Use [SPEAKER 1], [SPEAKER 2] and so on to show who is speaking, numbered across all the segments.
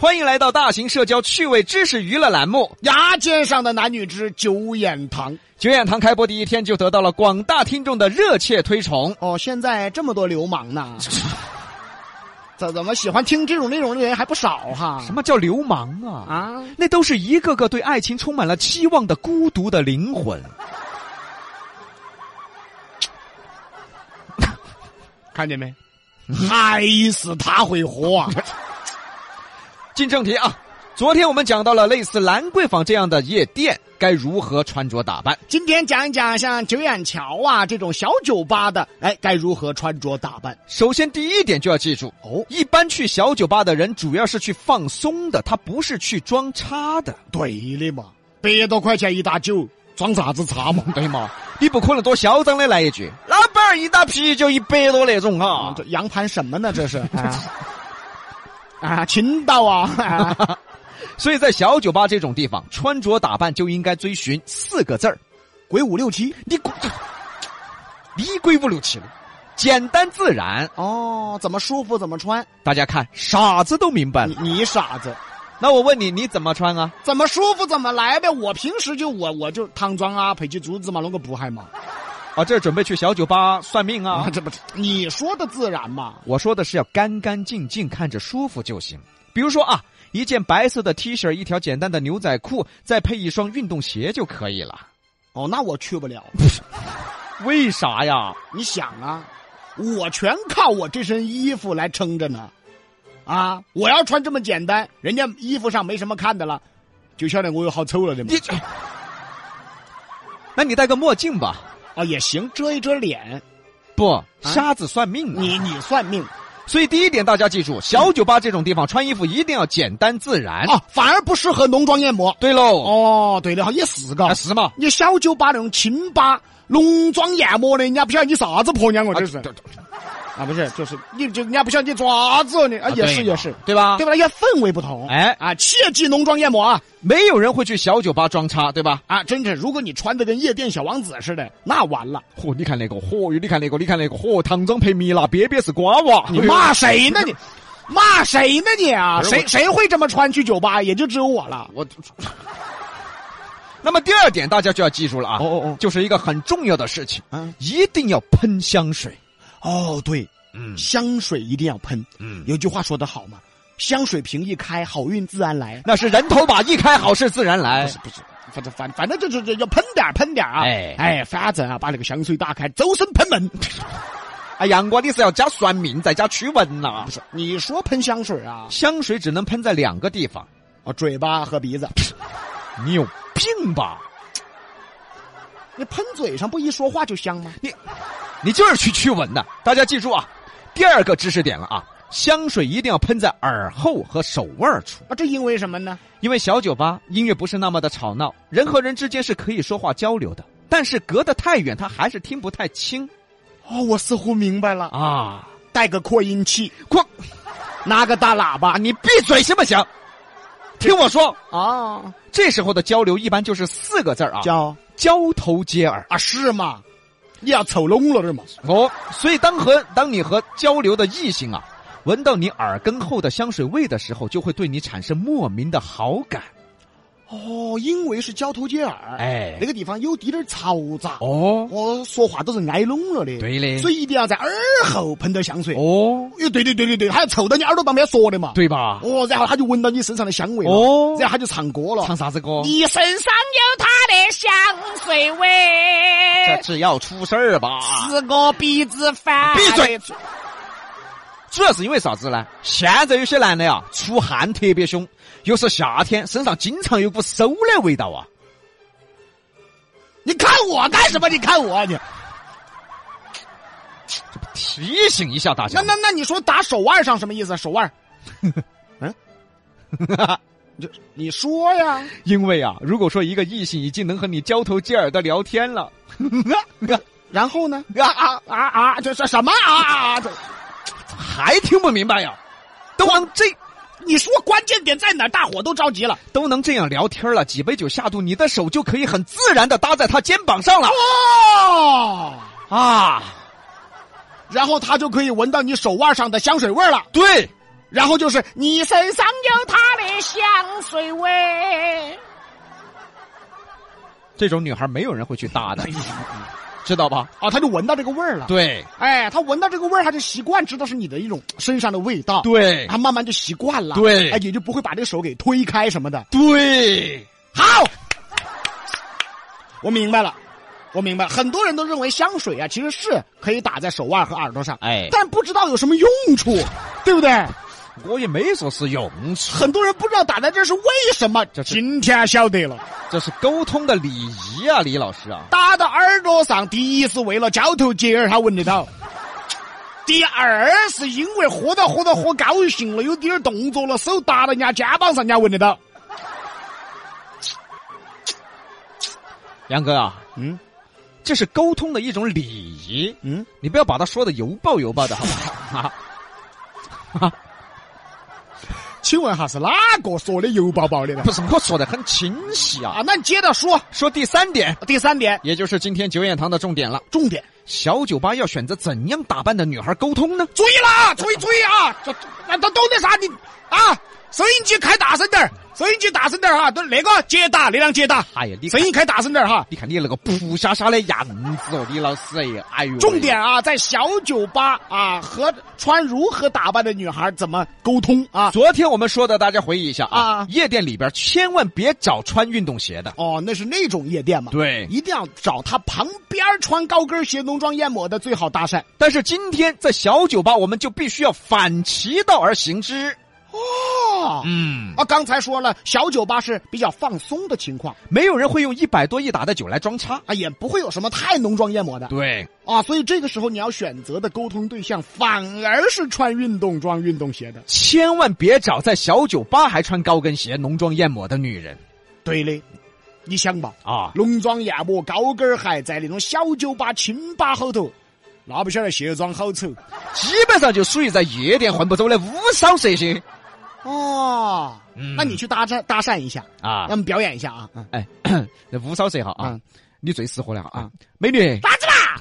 [SPEAKER 1] 欢迎来到大型社交趣味知识娱乐栏目
[SPEAKER 2] 牙尖上的男女之九眼堂。
[SPEAKER 1] 《九眼堂》开播第一天就得到了广大听众的热切推崇。
[SPEAKER 2] 哦，现在这么多流氓呢， 怎怎么喜欢听这种内容的人还不少哈？
[SPEAKER 1] 什么叫流氓啊？
[SPEAKER 2] 啊？
[SPEAKER 1] 那都是一个个对爱情充满了期望的孤独的灵魂。
[SPEAKER 2] 看见没？还是他会喝啊！
[SPEAKER 1] 进正题啊，昨天我们讲到了类似兰桂坊这样的夜店该如何穿着打扮。
[SPEAKER 2] 今天讲一讲像九眼桥啊这种小酒吧的，哎，该如何穿着打扮？
[SPEAKER 1] 首先，第一点就要记住
[SPEAKER 2] 哦
[SPEAKER 1] 一般去小酒吧的人主要是去放松的，他不是去装叉的。
[SPEAKER 2] 对的嘛，百多块钱一打酒，装啥子叉嘛？对嘛？
[SPEAKER 1] 你不可能多嚣张的来一句，嗯老板儿一打啤酒一百多那种
[SPEAKER 2] 啊，
[SPEAKER 1] 哈
[SPEAKER 2] 这。洋盘什么呢？这是 啊啊，青岛啊， 啊
[SPEAKER 1] 所以在小酒吧这种地方，穿着打扮就应该追寻四个字儿：
[SPEAKER 2] 鬼五六七
[SPEAKER 1] 你滚，你鬼五六七的，简单自然。
[SPEAKER 2] 哦，怎么舒服怎么穿？
[SPEAKER 1] 大家看，傻子都明白
[SPEAKER 2] 你
[SPEAKER 1] 了。
[SPEAKER 2] 你傻子，
[SPEAKER 1] 那我问你，你怎么穿啊？
[SPEAKER 2] 怎么舒服怎么来呗。我平时就我我就唐装啊，配起珠子嘛，弄个布鞋嘛。
[SPEAKER 1] 啊，这准备去小酒吧算命啊
[SPEAKER 2] 啊，？ 这不你说的自然嘛？
[SPEAKER 1] 我说的是要干干净净，看着舒服就行。比如说啊，一件白色的 T 恤，一条简单的牛仔裤，再配一双运动鞋就可以了。
[SPEAKER 2] 哦，那我去不了。
[SPEAKER 1] 为啥呀？
[SPEAKER 2] 你想啊，我全靠我这身衣服来撑着呢，啊！我要穿这么简单，人家衣服上没什么看的了，就晓得我有好丑了的嘛
[SPEAKER 1] 你。，那你戴个墨镜吧。
[SPEAKER 2] 啊，也行，遮一遮脸。
[SPEAKER 1] 不，瞎子算命、啊。
[SPEAKER 2] 你你算命
[SPEAKER 1] 所以第一点，大家记住，小酒吧这种地方穿衣服一定要简单自然。
[SPEAKER 2] 啊，反而不适合浓妆艳抹。
[SPEAKER 1] 对喽，
[SPEAKER 2] 哦，对的哈，也是
[SPEAKER 1] 啊
[SPEAKER 2] 嘎。
[SPEAKER 1] 是嘛？
[SPEAKER 2] 你小酒吧那种清吧，浓妆艳抹的，人家不晓得你啥子婆娘哦，这是
[SPEAKER 1] 啊对
[SPEAKER 2] 啊，不是，就是你就人家不晓得你爪子哦你啊，也是也是，
[SPEAKER 1] 对吧？
[SPEAKER 2] 对吧？要氛围不同，
[SPEAKER 1] 哎
[SPEAKER 2] 啊，切忌浓妆艳抹啊。
[SPEAKER 1] 没有人会去小酒吧装叉，对吧？
[SPEAKER 2] 啊，真是，如果你穿的跟夜店小王子似的，那完了，
[SPEAKER 1] 嚯、你看那个，嚯、哟，你看那个，你看那个，嚯、唐装配蜜蜡，别别是瓜娃。
[SPEAKER 2] 你骂谁呢你？骂谁呢你啊？
[SPEAKER 1] 哎不是我
[SPEAKER 2] 谁谁会这么穿去酒吧？也就只有我了。
[SPEAKER 1] 我。那么第二点，大家就要记住了啊，
[SPEAKER 2] 哦哦
[SPEAKER 1] 就是一个很重要的事情，
[SPEAKER 2] 嗯
[SPEAKER 1] 一定要喷香水。
[SPEAKER 2] 哦，对，
[SPEAKER 1] 嗯
[SPEAKER 2] 香水一定要喷。
[SPEAKER 1] 嗯，
[SPEAKER 2] 有句话说得好嘛，香水瓶一开，好运自然来。
[SPEAKER 1] 那是人头马一开，好事自然来
[SPEAKER 2] 不。是不是，反正反反正就是这要喷点儿喷点儿啊。
[SPEAKER 1] 哎
[SPEAKER 2] 哎，反正啊，把那个香水打开，周身喷门。
[SPEAKER 1] 哎，杨瓜，你是要加算命，再加驱蚊呐、
[SPEAKER 2] 不是，你说喷香水啊？
[SPEAKER 1] 香水只能喷在两个地方，
[SPEAKER 2] 哦，嘴巴和鼻子。
[SPEAKER 1] 你有病吧？
[SPEAKER 2] 你喷嘴上不一说话就香吗？
[SPEAKER 1] 你就是去驱蚊的。大家记住啊，第二个知识点了啊，香水一定要喷在耳后和手腕儿处，
[SPEAKER 2] 啊，这因为什么呢？
[SPEAKER 1] 因为小酒吧音乐不是那么的吵闹，人和人之间是可以说话交流的，但是隔得太远，他还是听不太清
[SPEAKER 2] 哦，我似乎明白了。
[SPEAKER 1] 啊。
[SPEAKER 2] 带个扩音器，
[SPEAKER 1] 哐
[SPEAKER 2] 拿个大喇叭
[SPEAKER 1] 啊，你闭嘴行不行？听我说，
[SPEAKER 2] 啊，
[SPEAKER 1] 这时候的交流一般就是四个字儿啊，
[SPEAKER 2] 叫
[SPEAKER 1] 交头接耳。
[SPEAKER 2] 啊是吗？你要丑聋了是吗？
[SPEAKER 1] 哦，所以当和当你和交流的异性啊，闻到你耳根后的香水味的时候，就会对你产生莫名的好感。
[SPEAKER 2] 哦，因为是交头接耳，
[SPEAKER 1] 哎
[SPEAKER 2] 那个地方有滴点儿嘈杂，
[SPEAKER 1] 哦，
[SPEAKER 2] 我说话都是挨聋了的，
[SPEAKER 1] 对的
[SPEAKER 2] 所以一定要在耳后喷点香水。
[SPEAKER 1] 哦，
[SPEAKER 2] 哟，对对对对对，还要凑到你耳朵旁边说的嘛。，
[SPEAKER 1] 对吧？
[SPEAKER 2] 哦，然后他就闻到你身上的香味了，
[SPEAKER 1] 哦
[SPEAKER 2] 然后他就唱歌了，
[SPEAKER 1] 唱啥子歌？
[SPEAKER 2] 你身上有他的香水味，
[SPEAKER 1] 是要出事儿吧？
[SPEAKER 2] 是我鼻子犯。
[SPEAKER 1] 闭嘴！主要是因为啥子呢？现在有些男的啊，出汗特别凶，又是夏天，身上经常有股馊的味道啊。
[SPEAKER 2] 你看我干什么？你看我啊你。
[SPEAKER 1] 提醒一下大家，
[SPEAKER 2] 那那那你说打手腕上什么意思？手腕？嗯，你说呀，
[SPEAKER 1] 因为啊，如果说一个异性已经能和你交头接耳的聊天了，
[SPEAKER 2] 然后呢？啊啊啊啊！这是什么啊啊啊！这
[SPEAKER 1] 还听不明白呀？都能这
[SPEAKER 2] 你说关键点在哪儿？大伙都着急了。
[SPEAKER 1] 都能这样聊天了，几杯酒下肚，你的手就可以很自然的搭在他肩膀上了
[SPEAKER 2] 哦，
[SPEAKER 1] 啊！
[SPEAKER 2] 然后他就可以闻到你手腕上的香水味儿了。
[SPEAKER 1] 对，
[SPEAKER 2] 然后就是你身上有他的香水味。
[SPEAKER 1] 这种女孩没有人会去搭的，知道吧？
[SPEAKER 2] 啊，他就闻到这个味儿了。
[SPEAKER 1] 对
[SPEAKER 2] 哎，他闻到这个味儿，他就习惯，知道是你的一种身上的味道。，
[SPEAKER 1] 对
[SPEAKER 2] 他慢慢就习惯了。
[SPEAKER 1] 对
[SPEAKER 2] 哎，也就不会把这个手给推开什么的。
[SPEAKER 1] 对，
[SPEAKER 2] 好，我明白了，我明白了。很多人都认为香水啊，其实是可以打在手腕和耳朵上，
[SPEAKER 1] 哎，
[SPEAKER 2] 但不知道有什么用处，对不对？
[SPEAKER 1] 我也没说是用处，
[SPEAKER 2] 很多人不知道打在这儿是为什么。
[SPEAKER 1] 这是
[SPEAKER 2] 今天晓得了，
[SPEAKER 1] 这是沟通的礼仪啊，李老师啊，
[SPEAKER 2] 打到耳朵上，第一是为了交头接耳，他闻得到。第二是因为喝到喝到喝高兴了，有点儿动作了，手搭到人家肩膀上，人家闻得到。
[SPEAKER 1] 杨哥啊，
[SPEAKER 2] 嗯
[SPEAKER 1] 这是沟通的一种礼仪，
[SPEAKER 2] 嗯，
[SPEAKER 1] 你不要把它说的油爆油爆的，好不好？啊，
[SPEAKER 2] 请问哈是哪个说的油包包的呢？
[SPEAKER 1] 不是，我说的很清晰啊。
[SPEAKER 2] 啊，那你接着说。
[SPEAKER 1] 说第三点，
[SPEAKER 2] 第三点，
[SPEAKER 1] 也就是今天九眼堂的重点了。
[SPEAKER 2] 重点。
[SPEAKER 1] 小酒吧要选择怎样打扮的女孩沟通呢？
[SPEAKER 2] 注意啦，注意注意啊！这这啊都都那啥你啊，收音机开大声点儿，收音机大声点儿哈，啊都那个接打，那辆接打，
[SPEAKER 1] 哎呀，你
[SPEAKER 2] 声
[SPEAKER 1] 看
[SPEAKER 2] 音开大声点儿哈。
[SPEAKER 1] 你看你那个扑沙沙的样子哦，李老师哎，哎呦，
[SPEAKER 2] 重点啊，在小酒吧啊，和穿如何打扮的女孩怎么沟通啊？
[SPEAKER 1] 昨天我们说的，大家回忆一下啊，
[SPEAKER 2] 啊
[SPEAKER 1] 夜店里边千万别找穿运动鞋的。
[SPEAKER 2] 哦，那是那种夜店嘛，
[SPEAKER 1] 对
[SPEAKER 2] 一定要找她旁边穿高跟鞋、浓妆艳抹的最好搭讪。
[SPEAKER 1] 但是今天在小酒吧，我们就必须要反其道而行之。
[SPEAKER 2] 哦，
[SPEAKER 1] 嗯，
[SPEAKER 2] 啊，刚才说了，小酒吧是比较放松的情况
[SPEAKER 1] 没有人会用一百多一打的酒来装叉。
[SPEAKER 2] 啊，也不会有什么太浓妆艳抹的。
[SPEAKER 1] 对，
[SPEAKER 2] 啊，所以这个时候你要选择的沟通对象反而是穿运动装、运动鞋的。
[SPEAKER 1] 千万别找在小酒吧还穿高跟鞋、浓妆艳抹的女人
[SPEAKER 2] 对的，你想吧，
[SPEAKER 1] 啊！
[SPEAKER 2] 浓妆艳抹、高跟儿鞋在那种小酒吧、清吧后头，那不晓得卸妆好丑
[SPEAKER 1] 基本上就属于在夜店混不走的乌梢蛇些
[SPEAKER 2] 哦。
[SPEAKER 1] 嗯
[SPEAKER 2] 那你去搭讪搭讪一下，
[SPEAKER 1] 啊
[SPEAKER 2] 让我！们表演一下啊。嗯
[SPEAKER 1] 哎， 那乌梢蛇哈啊
[SPEAKER 2] 嗯，
[SPEAKER 1] 你最适合了啊
[SPEAKER 2] 嗯，
[SPEAKER 1] 美女，
[SPEAKER 2] 咋子啦？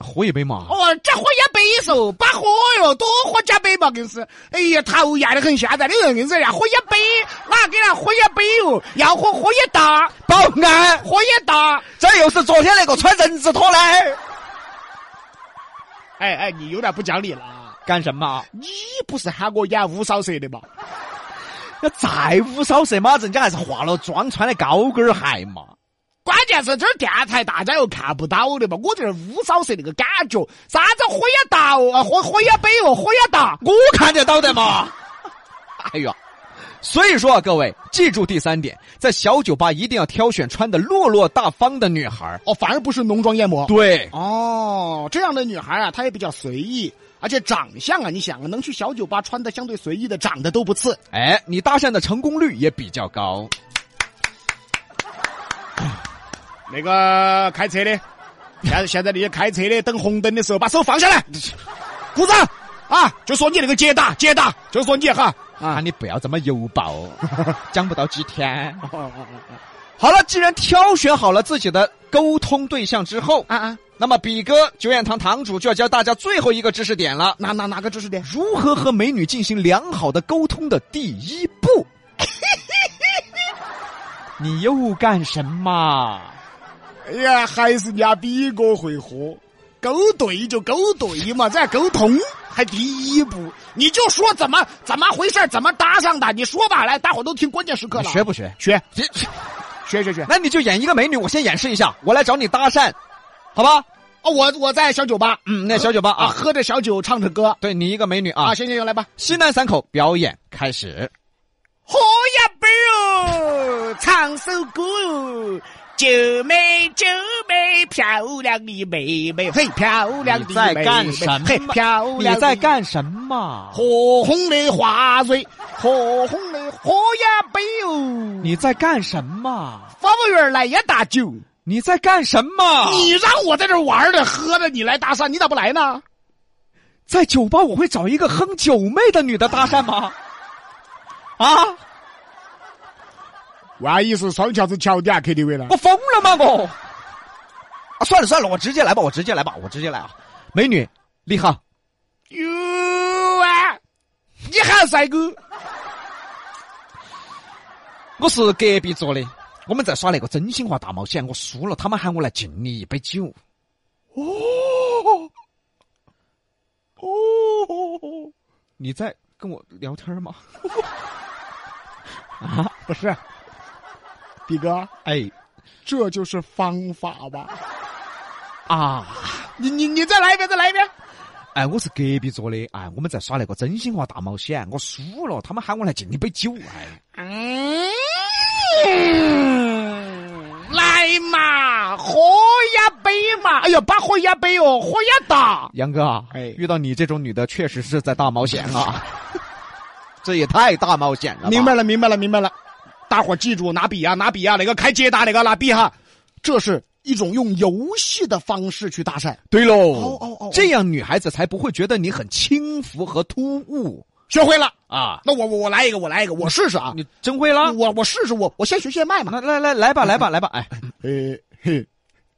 [SPEAKER 1] 喝一杯嘛。
[SPEAKER 2] 哦，再喝一杯嗦，把喝哟，多喝几杯嘛，更是。哎呀，讨厌的很，现在的人更是呀，喝一杯，哪给人喝一杯哟？要喝喝一大，
[SPEAKER 1] 保安，
[SPEAKER 2] 喝一大。
[SPEAKER 1] 这又是昨天那个穿人字拖的，
[SPEAKER 2] 哎哎，你有点不讲理了啊！
[SPEAKER 1] 干什么？
[SPEAKER 2] 你不是喊我演五少蛇的嘛？
[SPEAKER 1] 那再乌梢蛇嘛，人家还是化了妆，穿的高跟儿鞋嘛。
[SPEAKER 2] 关键是这儿电台大家又看不到的嘛，我这五少蛇那个感觉，啥子喝一大哦，啊喝喝一杯哦，喝一大。
[SPEAKER 1] 我看得到的嘛。哎呀，所以说啊，各位记住第三点，在小酒吧一定要挑选穿的落落大方的女孩儿。
[SPEAKER 2] 哦，反而不是浓妆艳抹。
[SPEAKER 1] 对，
[SPEAKER 2] 哦，这样的女孩啊，她也比较随意，而且长相啊，你想啊，能去小酒吧穿的相对随意的，长得都不次。
[SPEAKER 1] 哎，你搭讪的成功率也比较高。
[SPEAKER 2] 那个开车的，现在现在那些开车的，等红灯的时候把手放下来，鼓掌啊！就说你那个捷达，捷达，就说你哈。
[SPEAKER 1] 啊，你不要这么油爆，讲不到几天。
[SPEAKER 2] 哦哦哦
[SPEAKER 1] 好了，既然挑选好了自己的沟通对象之后，
[SPEAKER 2] 啊啊！
[SPEAKER 1] 那么比哥九眼堂堂主就要教大家最后一个知识点了：
[SPEAKER 2] 哪哪哪个知识点？
[SPEAKER 1] 如何和美女进行良好的沟通的第一步。 你又干什么？
[SPEAKER 2] 哎呀，还是人家比哥会喝，勾兑就勾兑嘛，这沟通还第一步，你就说怎么怎么回事，怎么搭上的，你说吧，来，大伙都听关键时刻
[SPEAKER 1] 你
[SPEAKER 2] 了，啊
[SPEAKER 1] 学不学？
[SPEAKER 2] 学
[SPEAKER 1] 这
[SPEAKER 2] 学学学。
[SPEAKER 1] 那你就演一个美女，我先演示一下，我来找你搭讪，好吧？
[SPEAKER 2] 哦，我我在小酒吧
[SPEAKER 1] 嗯，那小酒吧
[SPEAKER 2] 啊，
[SPEAKER 1] 啊，
[SPEAKER 2] 喝着小酒，唱着歌
[SPEAKER 1] 对你一个美女啊
[SPEAKER 2] 啊，，行行行，来吧，
[SPEAKER 1] 西南三口表演开始。
[SPEAKER 2] 喝一杯哦，唱首歌哦，九妹，九妹，漂亮的妹妹，嘿，漂亮的妹妹，
[SPEAKER 1] 你在干什么
[SPEAKER 2] 嘿，漂
[SPEAKER 1] 你
[SPEAKER 2] 亮的
[SPEAKER 1] 在干什么？
[SPEAKER 2] 火红的花蕊，火红的火焰杯哦。
[SPEAKER 1] 你在干什么？
[SPEAKER 2] 服务员来也打酒，
[SPEAKER 1] 你在干什么？
[SPEAKER 2] 啊你让我在这玩着喝着，你来搭讪，你咋不来呢？
[SPEAKER 1] 在酒吧我会找一个哼九妹的女的搭讪吗？啊，
[SPEAKER 2] 不好意思，双桥子桥底下 KTV 了。
[SPEAKER 1] 我疯了吗我？啊，算了算了，我直接来吧，我直接来吧，我直接来啊！美女，你好，
[SPEAKER 2] 哟啊，你喊帅哥？
[SPEAKER 1] 我是隔壁桌的，我们在耍那个真心话大冒险，我输了，他们喊我来敬你一杯酒。
[SPEAKER 2] 哦哦，
[SPEAKER 1] 你在跟我聊天吗？
[SPEAKER 2] 不是，比哥，
[SPEAKER 1] 哎
[SPEAKER 2] 这就是方法吧？
[SPEAKER 1] 啊，
[SPEAKER 2] 你你你再来一遍，再来一遍。
[SPEAKER 1] 哎，我是隔壁桌的，哎，我们在耍那个真心话大冒险，我输了，他们喊我来敬一杯酒，哎，
[SPEAKER 2] 嗯，来嘛，喝一杯嘛！哎呀，把喝一杯哦，喝一打。
[SPEAKER 1] 杨哥啊，
[SPEAKER 2] 哎
[SPEAKER 1] 遇到你这种女的，确实是在大冒险 啊，这也太大冒险了吧，
[SPEAKER 2] 明白了，明白了，明白了。大伙儿记住，拿笔啊，拿笔啊，哪个开接打哪个拿笔哈。这是一种用游戏的方式去搭讪。
[SPEAKER 1] 对喽，
[SPEAKER 2] 哦哦哦
[SPEAKER 1] 这样女孩子才不会觉得你很轻浮和突兀
[SPEAKER 2] 学会了，
[SPEAKER 1] 啊！
[SPEAKER 2] 那我我我来一个，我来一个，我试试啊。
[SPEAKER 1] 你真会啦！
[SPEAKER 2] 我我试试，我我现学现卖嘛。
[SPEAKER 1] 那来来来吧，来吧，来吧！哎
[SPEAKER 2] 呃，嘿，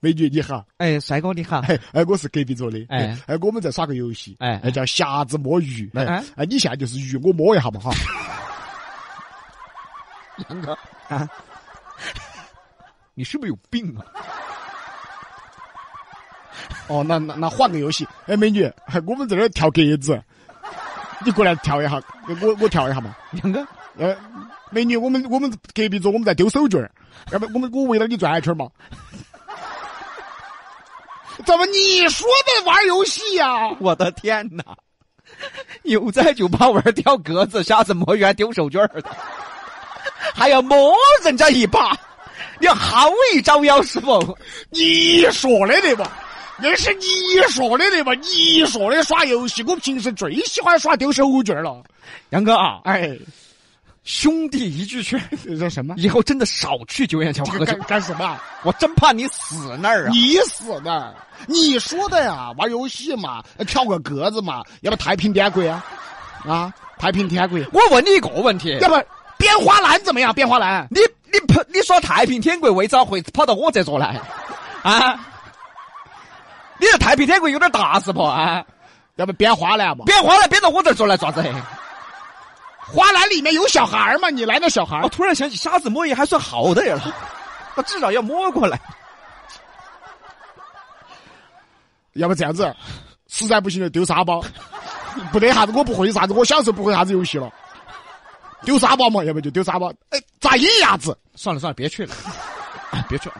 [SPEAKER 2] 美女你好，
[SPEAKER 1] 哎，帅哥你好，
[SPEAKER 2] 哎哎，我是隔壁桌的，
[SPEAKER 1] 哎
[SPEAKER 2] 哎哎，我们在耍个游戏，
[SPEAKER 1] 哎
[SPEAKER 2] 哎叫瞎子摸鱼，哎
[SPEAKER 1] 哎
[SPEAKER 2] 哎，你现在就是鱼，我摸一下嘛 哈。
[SPEAKER 1] 杨哥啊，你是不是有病啊？
[SPEAKER 2] 哦，那那那换个游戏，哎，美女，哎我们在这儿跳格子，你过来跳一下，我我跳一下嘛。
[SPEAKER 1] 杨哥，
[SPEAKER 2] 呃，美女，我们我们隔壁桌我们在丢手绢儿，要不我们我围着你转一圈嘛。 怎么你说的玩游戏呀、
[SPEAKER 1] 我的天哪！有在酒吧玩跳格子、瞎子摸鱼、还丢手绢儿的， 还要摸人家一把，你好一招妖是不？
[SPEAKER 2] 你说的对吧？那是你说的对吧？你说的耍游戏，我平时最喜欢耍丢手绢儿了。
[SPEAKER 1] 杨哥啊，
[SPEAKER 2] 哎，
[SPEAKER 1] 兄弟一句劝，
[SPEAKER 2] 这什么？
[SPEAKER 1] 以后真的少去九眼桥
[SPEAKER 2] 这
[SPEAKER 1] 喝
[SPEAKER 2] 个
[SPEAKER 1] 酒
[SPEAKER 2] 干。干什么啊？
[SPEAKER 1] 我真怕你死那儿啊！
[SPEAKER 2] 你死的！你说的呀，玩游戏嘛，跳个格子嘛，要不太平天国啊，啊，太平天国，
[SPEAKER 1] 我问你一个问题，
[SPEAKER 2] 要不变花篮怎么样？变花篮，
[SPEAKER 1] 你你跑你耍太平天国为啥会跑到我这桌来？ 啊？你这太平天国有点大是不啊？
[SPEAKER 2] 要不变花篮嘛？
[SPEAKER 1] 编花篮编到我这桌来爪子？
[SPEAKER 2] 花篮里面有小孩儿嘛？你来那小孩
[SPEAKER 1] 我
[SPEAKER 2] 儿，
[SPEAKER 1] 啊突然想起瞎子摸鱼还算好的人了，我至少要摸过来。
[SPEAKER 2] 要不这样子，实在不行就丢沙包， 不得啥子，我不会啥子，我小时候不会啥子游戏了，丢沙包嘛，要不就丢沙包，哎，咋一下子？
[SPEAKER 1] 算了算了，别去了， 哎别去了，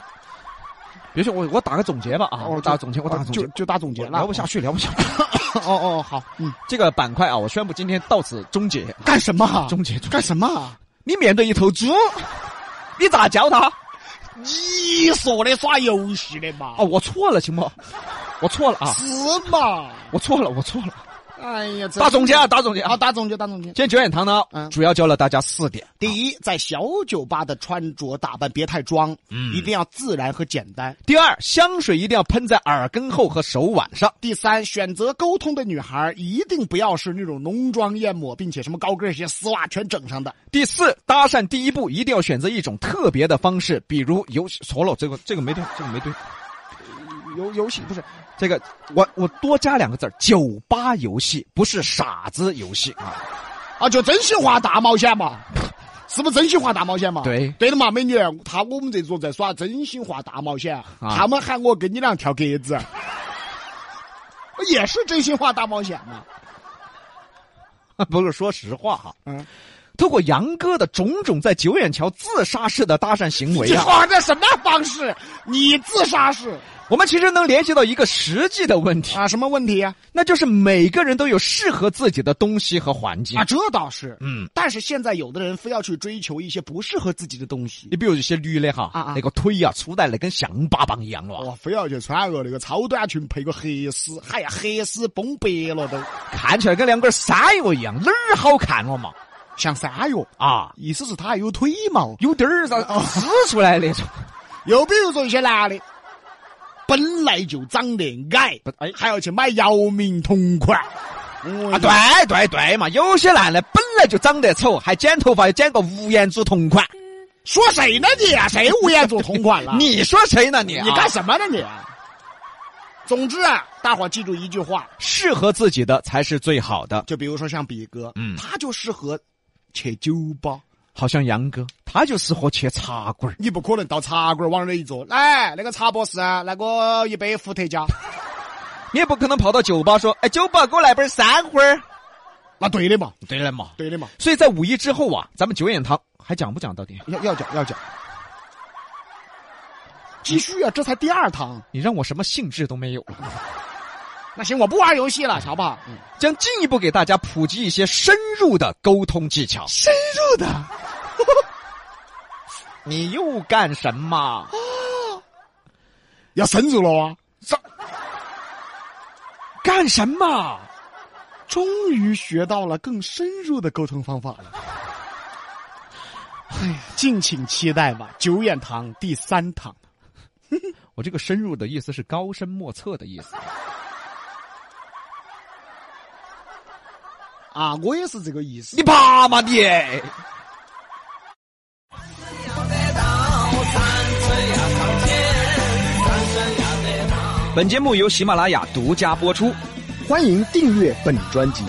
[SPEAKER 1] 别去！我我打个总结吧啊！我打个总结，我打个总结
[SPEAKER 2] 就，哦就打总结
[SPEAKER 1] 我聊不下去，聊不下去。
[SPEAKER 2] 哦哦，好，嗯，
[SPEAKER 1] 这个板块啊，我宣布今天到此终结，
[SPEAKER 2] 干什么啊？
[SPEAKER 1] 终结终结。
[SPEAKER 2] 干什么啊？
[SPEAKER 1] 你面对一头猪，你咋教它？
[SPEAKER 2] 你说的耍游戏的嘛？
[SPEAKER 1] 哦，我错了，行不？我错了啊！
[SPEAKER 2] 是嘛？
[SPEAKER 1] 我错了，我错了。
[SPEAKER 2] 哎呀，
[SPEAKER 1] 打总结啊，打总结
[SPEAKER 2] 好，
[SPEAKER 1] 啊！
[SPEAKER 2] 打总结，打总结。
[SPEAKER 1] 今天九眼堂呢，
[SPEAKER 2] 嗯
[SPEAKER 1] 主要教了大家四点。
[SPEAKER 2] 第一，在小酒吧的穿着打扮别太装，一定要自然和简单。
[SPEAKER 1] 第二，香水一定要喷在耳根后和手腕上。
[SPEAKER 2] 第三，选择沟通的女孩一定不要是那种浓妆艳抹，并且什么高跟鞋、丝袜全整上的。
[SPEAKER 1] 第四，搭讪第一步一定要选择一种特别的方式，比如游戏。错了，这个这个没对，这个没对。
[SPEAKER 2] 游游戏不是
[SPEAKER 1] 这个我我多加两个字儿，酒吧游戏不是傻子游戏啊。
[SPEAKER 2] 啊，就真心话大冒险嘛，是不是真心话大冒险嘛？
[SPEAKER 1] 对
[SPEAKER 2] 对的嘛，美女，他我们这桌在耍真心话大冒险，他们喊我跟你俩跳格子，也是真心话大冒险嘛。
[SPEAKER 1] 不是，说实话哈，
[SPEAKER 2] 嗯，
[SPEAKER 1] 透过杨哥的种种在九眼桥自杀式的搭讪行为
[SPEAKER 2] 你
[SPEAKER 1] 啊，
[SPEAKER 2] 耍的什么方式？你自杀式
[SPEAKER 1] 我们其实能联系到一个实际的问题，
[SPEAKER 2] 啊？什么问题呀、
[SPEAKER 1] 那就是每个人都有适合自己的东西和环境
[SPEAKER 2] 啊？。这倒是，
[SPEAKER 1] 嗯，
[SPEAKER 2] 但是现在有的人非要去追求一些不适合自己的东西
[SPEAKER 1] 你，比如有些女的哈，
[SPEAKER 2] 啊啊
[SPEAKER 1] 那个腿呀、粗得那跟象拔蚌一样了啊，
[SPEAKER 2] 哦，非要去穿个那个超短裙配个黑丝，哎呀，黑丝崩白了都，
[SPEAKER 1] 看起来跟两根山药一样，哪儿好看了嘛？
[SPEAKER 2] 像山药。
[SPEAKER 1] 啊，
[SPEAKER 2] 意思是他还有腿毛。
[SPEAKER 1] 有点儿啥撕出来那种。
[SPEAKER 2] 又比如说一些男的，本来就长得矮
[SPEAKER 1] 不，哎
[SPEAKER 2] 还要去买姚明同款。
[SPEAKER 1] 啊，
[SPEAKER 2] 啊
[SPEAKER 1] 对对对嘛，有些男的本来就长得丑，还剪头发又剪个吴彦祖同款，
[SPEAKER 2] 说谁呢你、啊？谁吴彦祖同款了？
[SPEAKER 1] 你说谁呢你、啊？
[SPEAKER 2] 你干什么呢你？总之啊，大伙儿记住一句话，
[SPEAKER 1] 适合自己的才是最好的。
[SPEAKER 2] 就比如说像比哥，
[SPEAKER 1] 嗯
[SPEAKER 2] 他就适合去酒吧，
[SPEAKER 1] 好像杨哥，他就适合切茶馆儿。
[SPEAKER 2] 你不可能到茶馆儿往那儿一坐，来那个茶博士，来个一杯伏特加。
[SPEAKER 1] 你也不可能跑到酒吧说，哎，酒吧给我来杯三花儿。
[SPEAKER 2] 那对的嘛，
[SPEAKER 1] 对了嘛，
[SPEAKER 2] 对的嘛，
[SPEAKER 1] 所以在五一之后啊，咱们九眼堂还讲不讲到底？
[SPEAKER 2] 要要讲要讲，继续啊，这才第二堂。
[SPEAKER 1] 你让我什么兴致都没有了。
[SPEAKER 2] 那行，我不玩游戏了，好不好？
[SPEAKER 1] 将进一步给大家普及一些深入的沟通技巧。
[SPEAKER 2] 深入的，
[SPEAKER 1] 你又干什么？
[SPEAKER 2] 要深入了啊！
[SPEAKER 1] 干什么？
[SPEAKER 2] 终于学到了更深入的沟通方法了。哎呀，敬请期待吧，九眼堂第三堂。
[SPEAKER 1] 我这个深入的意思是高深莫测的意思。
[SPEAKER 2] 啊，我也是这个意思。
[SPEAKER 1] 你怕吗你？本节目由喜马拉雅独家播出。
[SPEAKER 2] 欢迎订阅本专辑，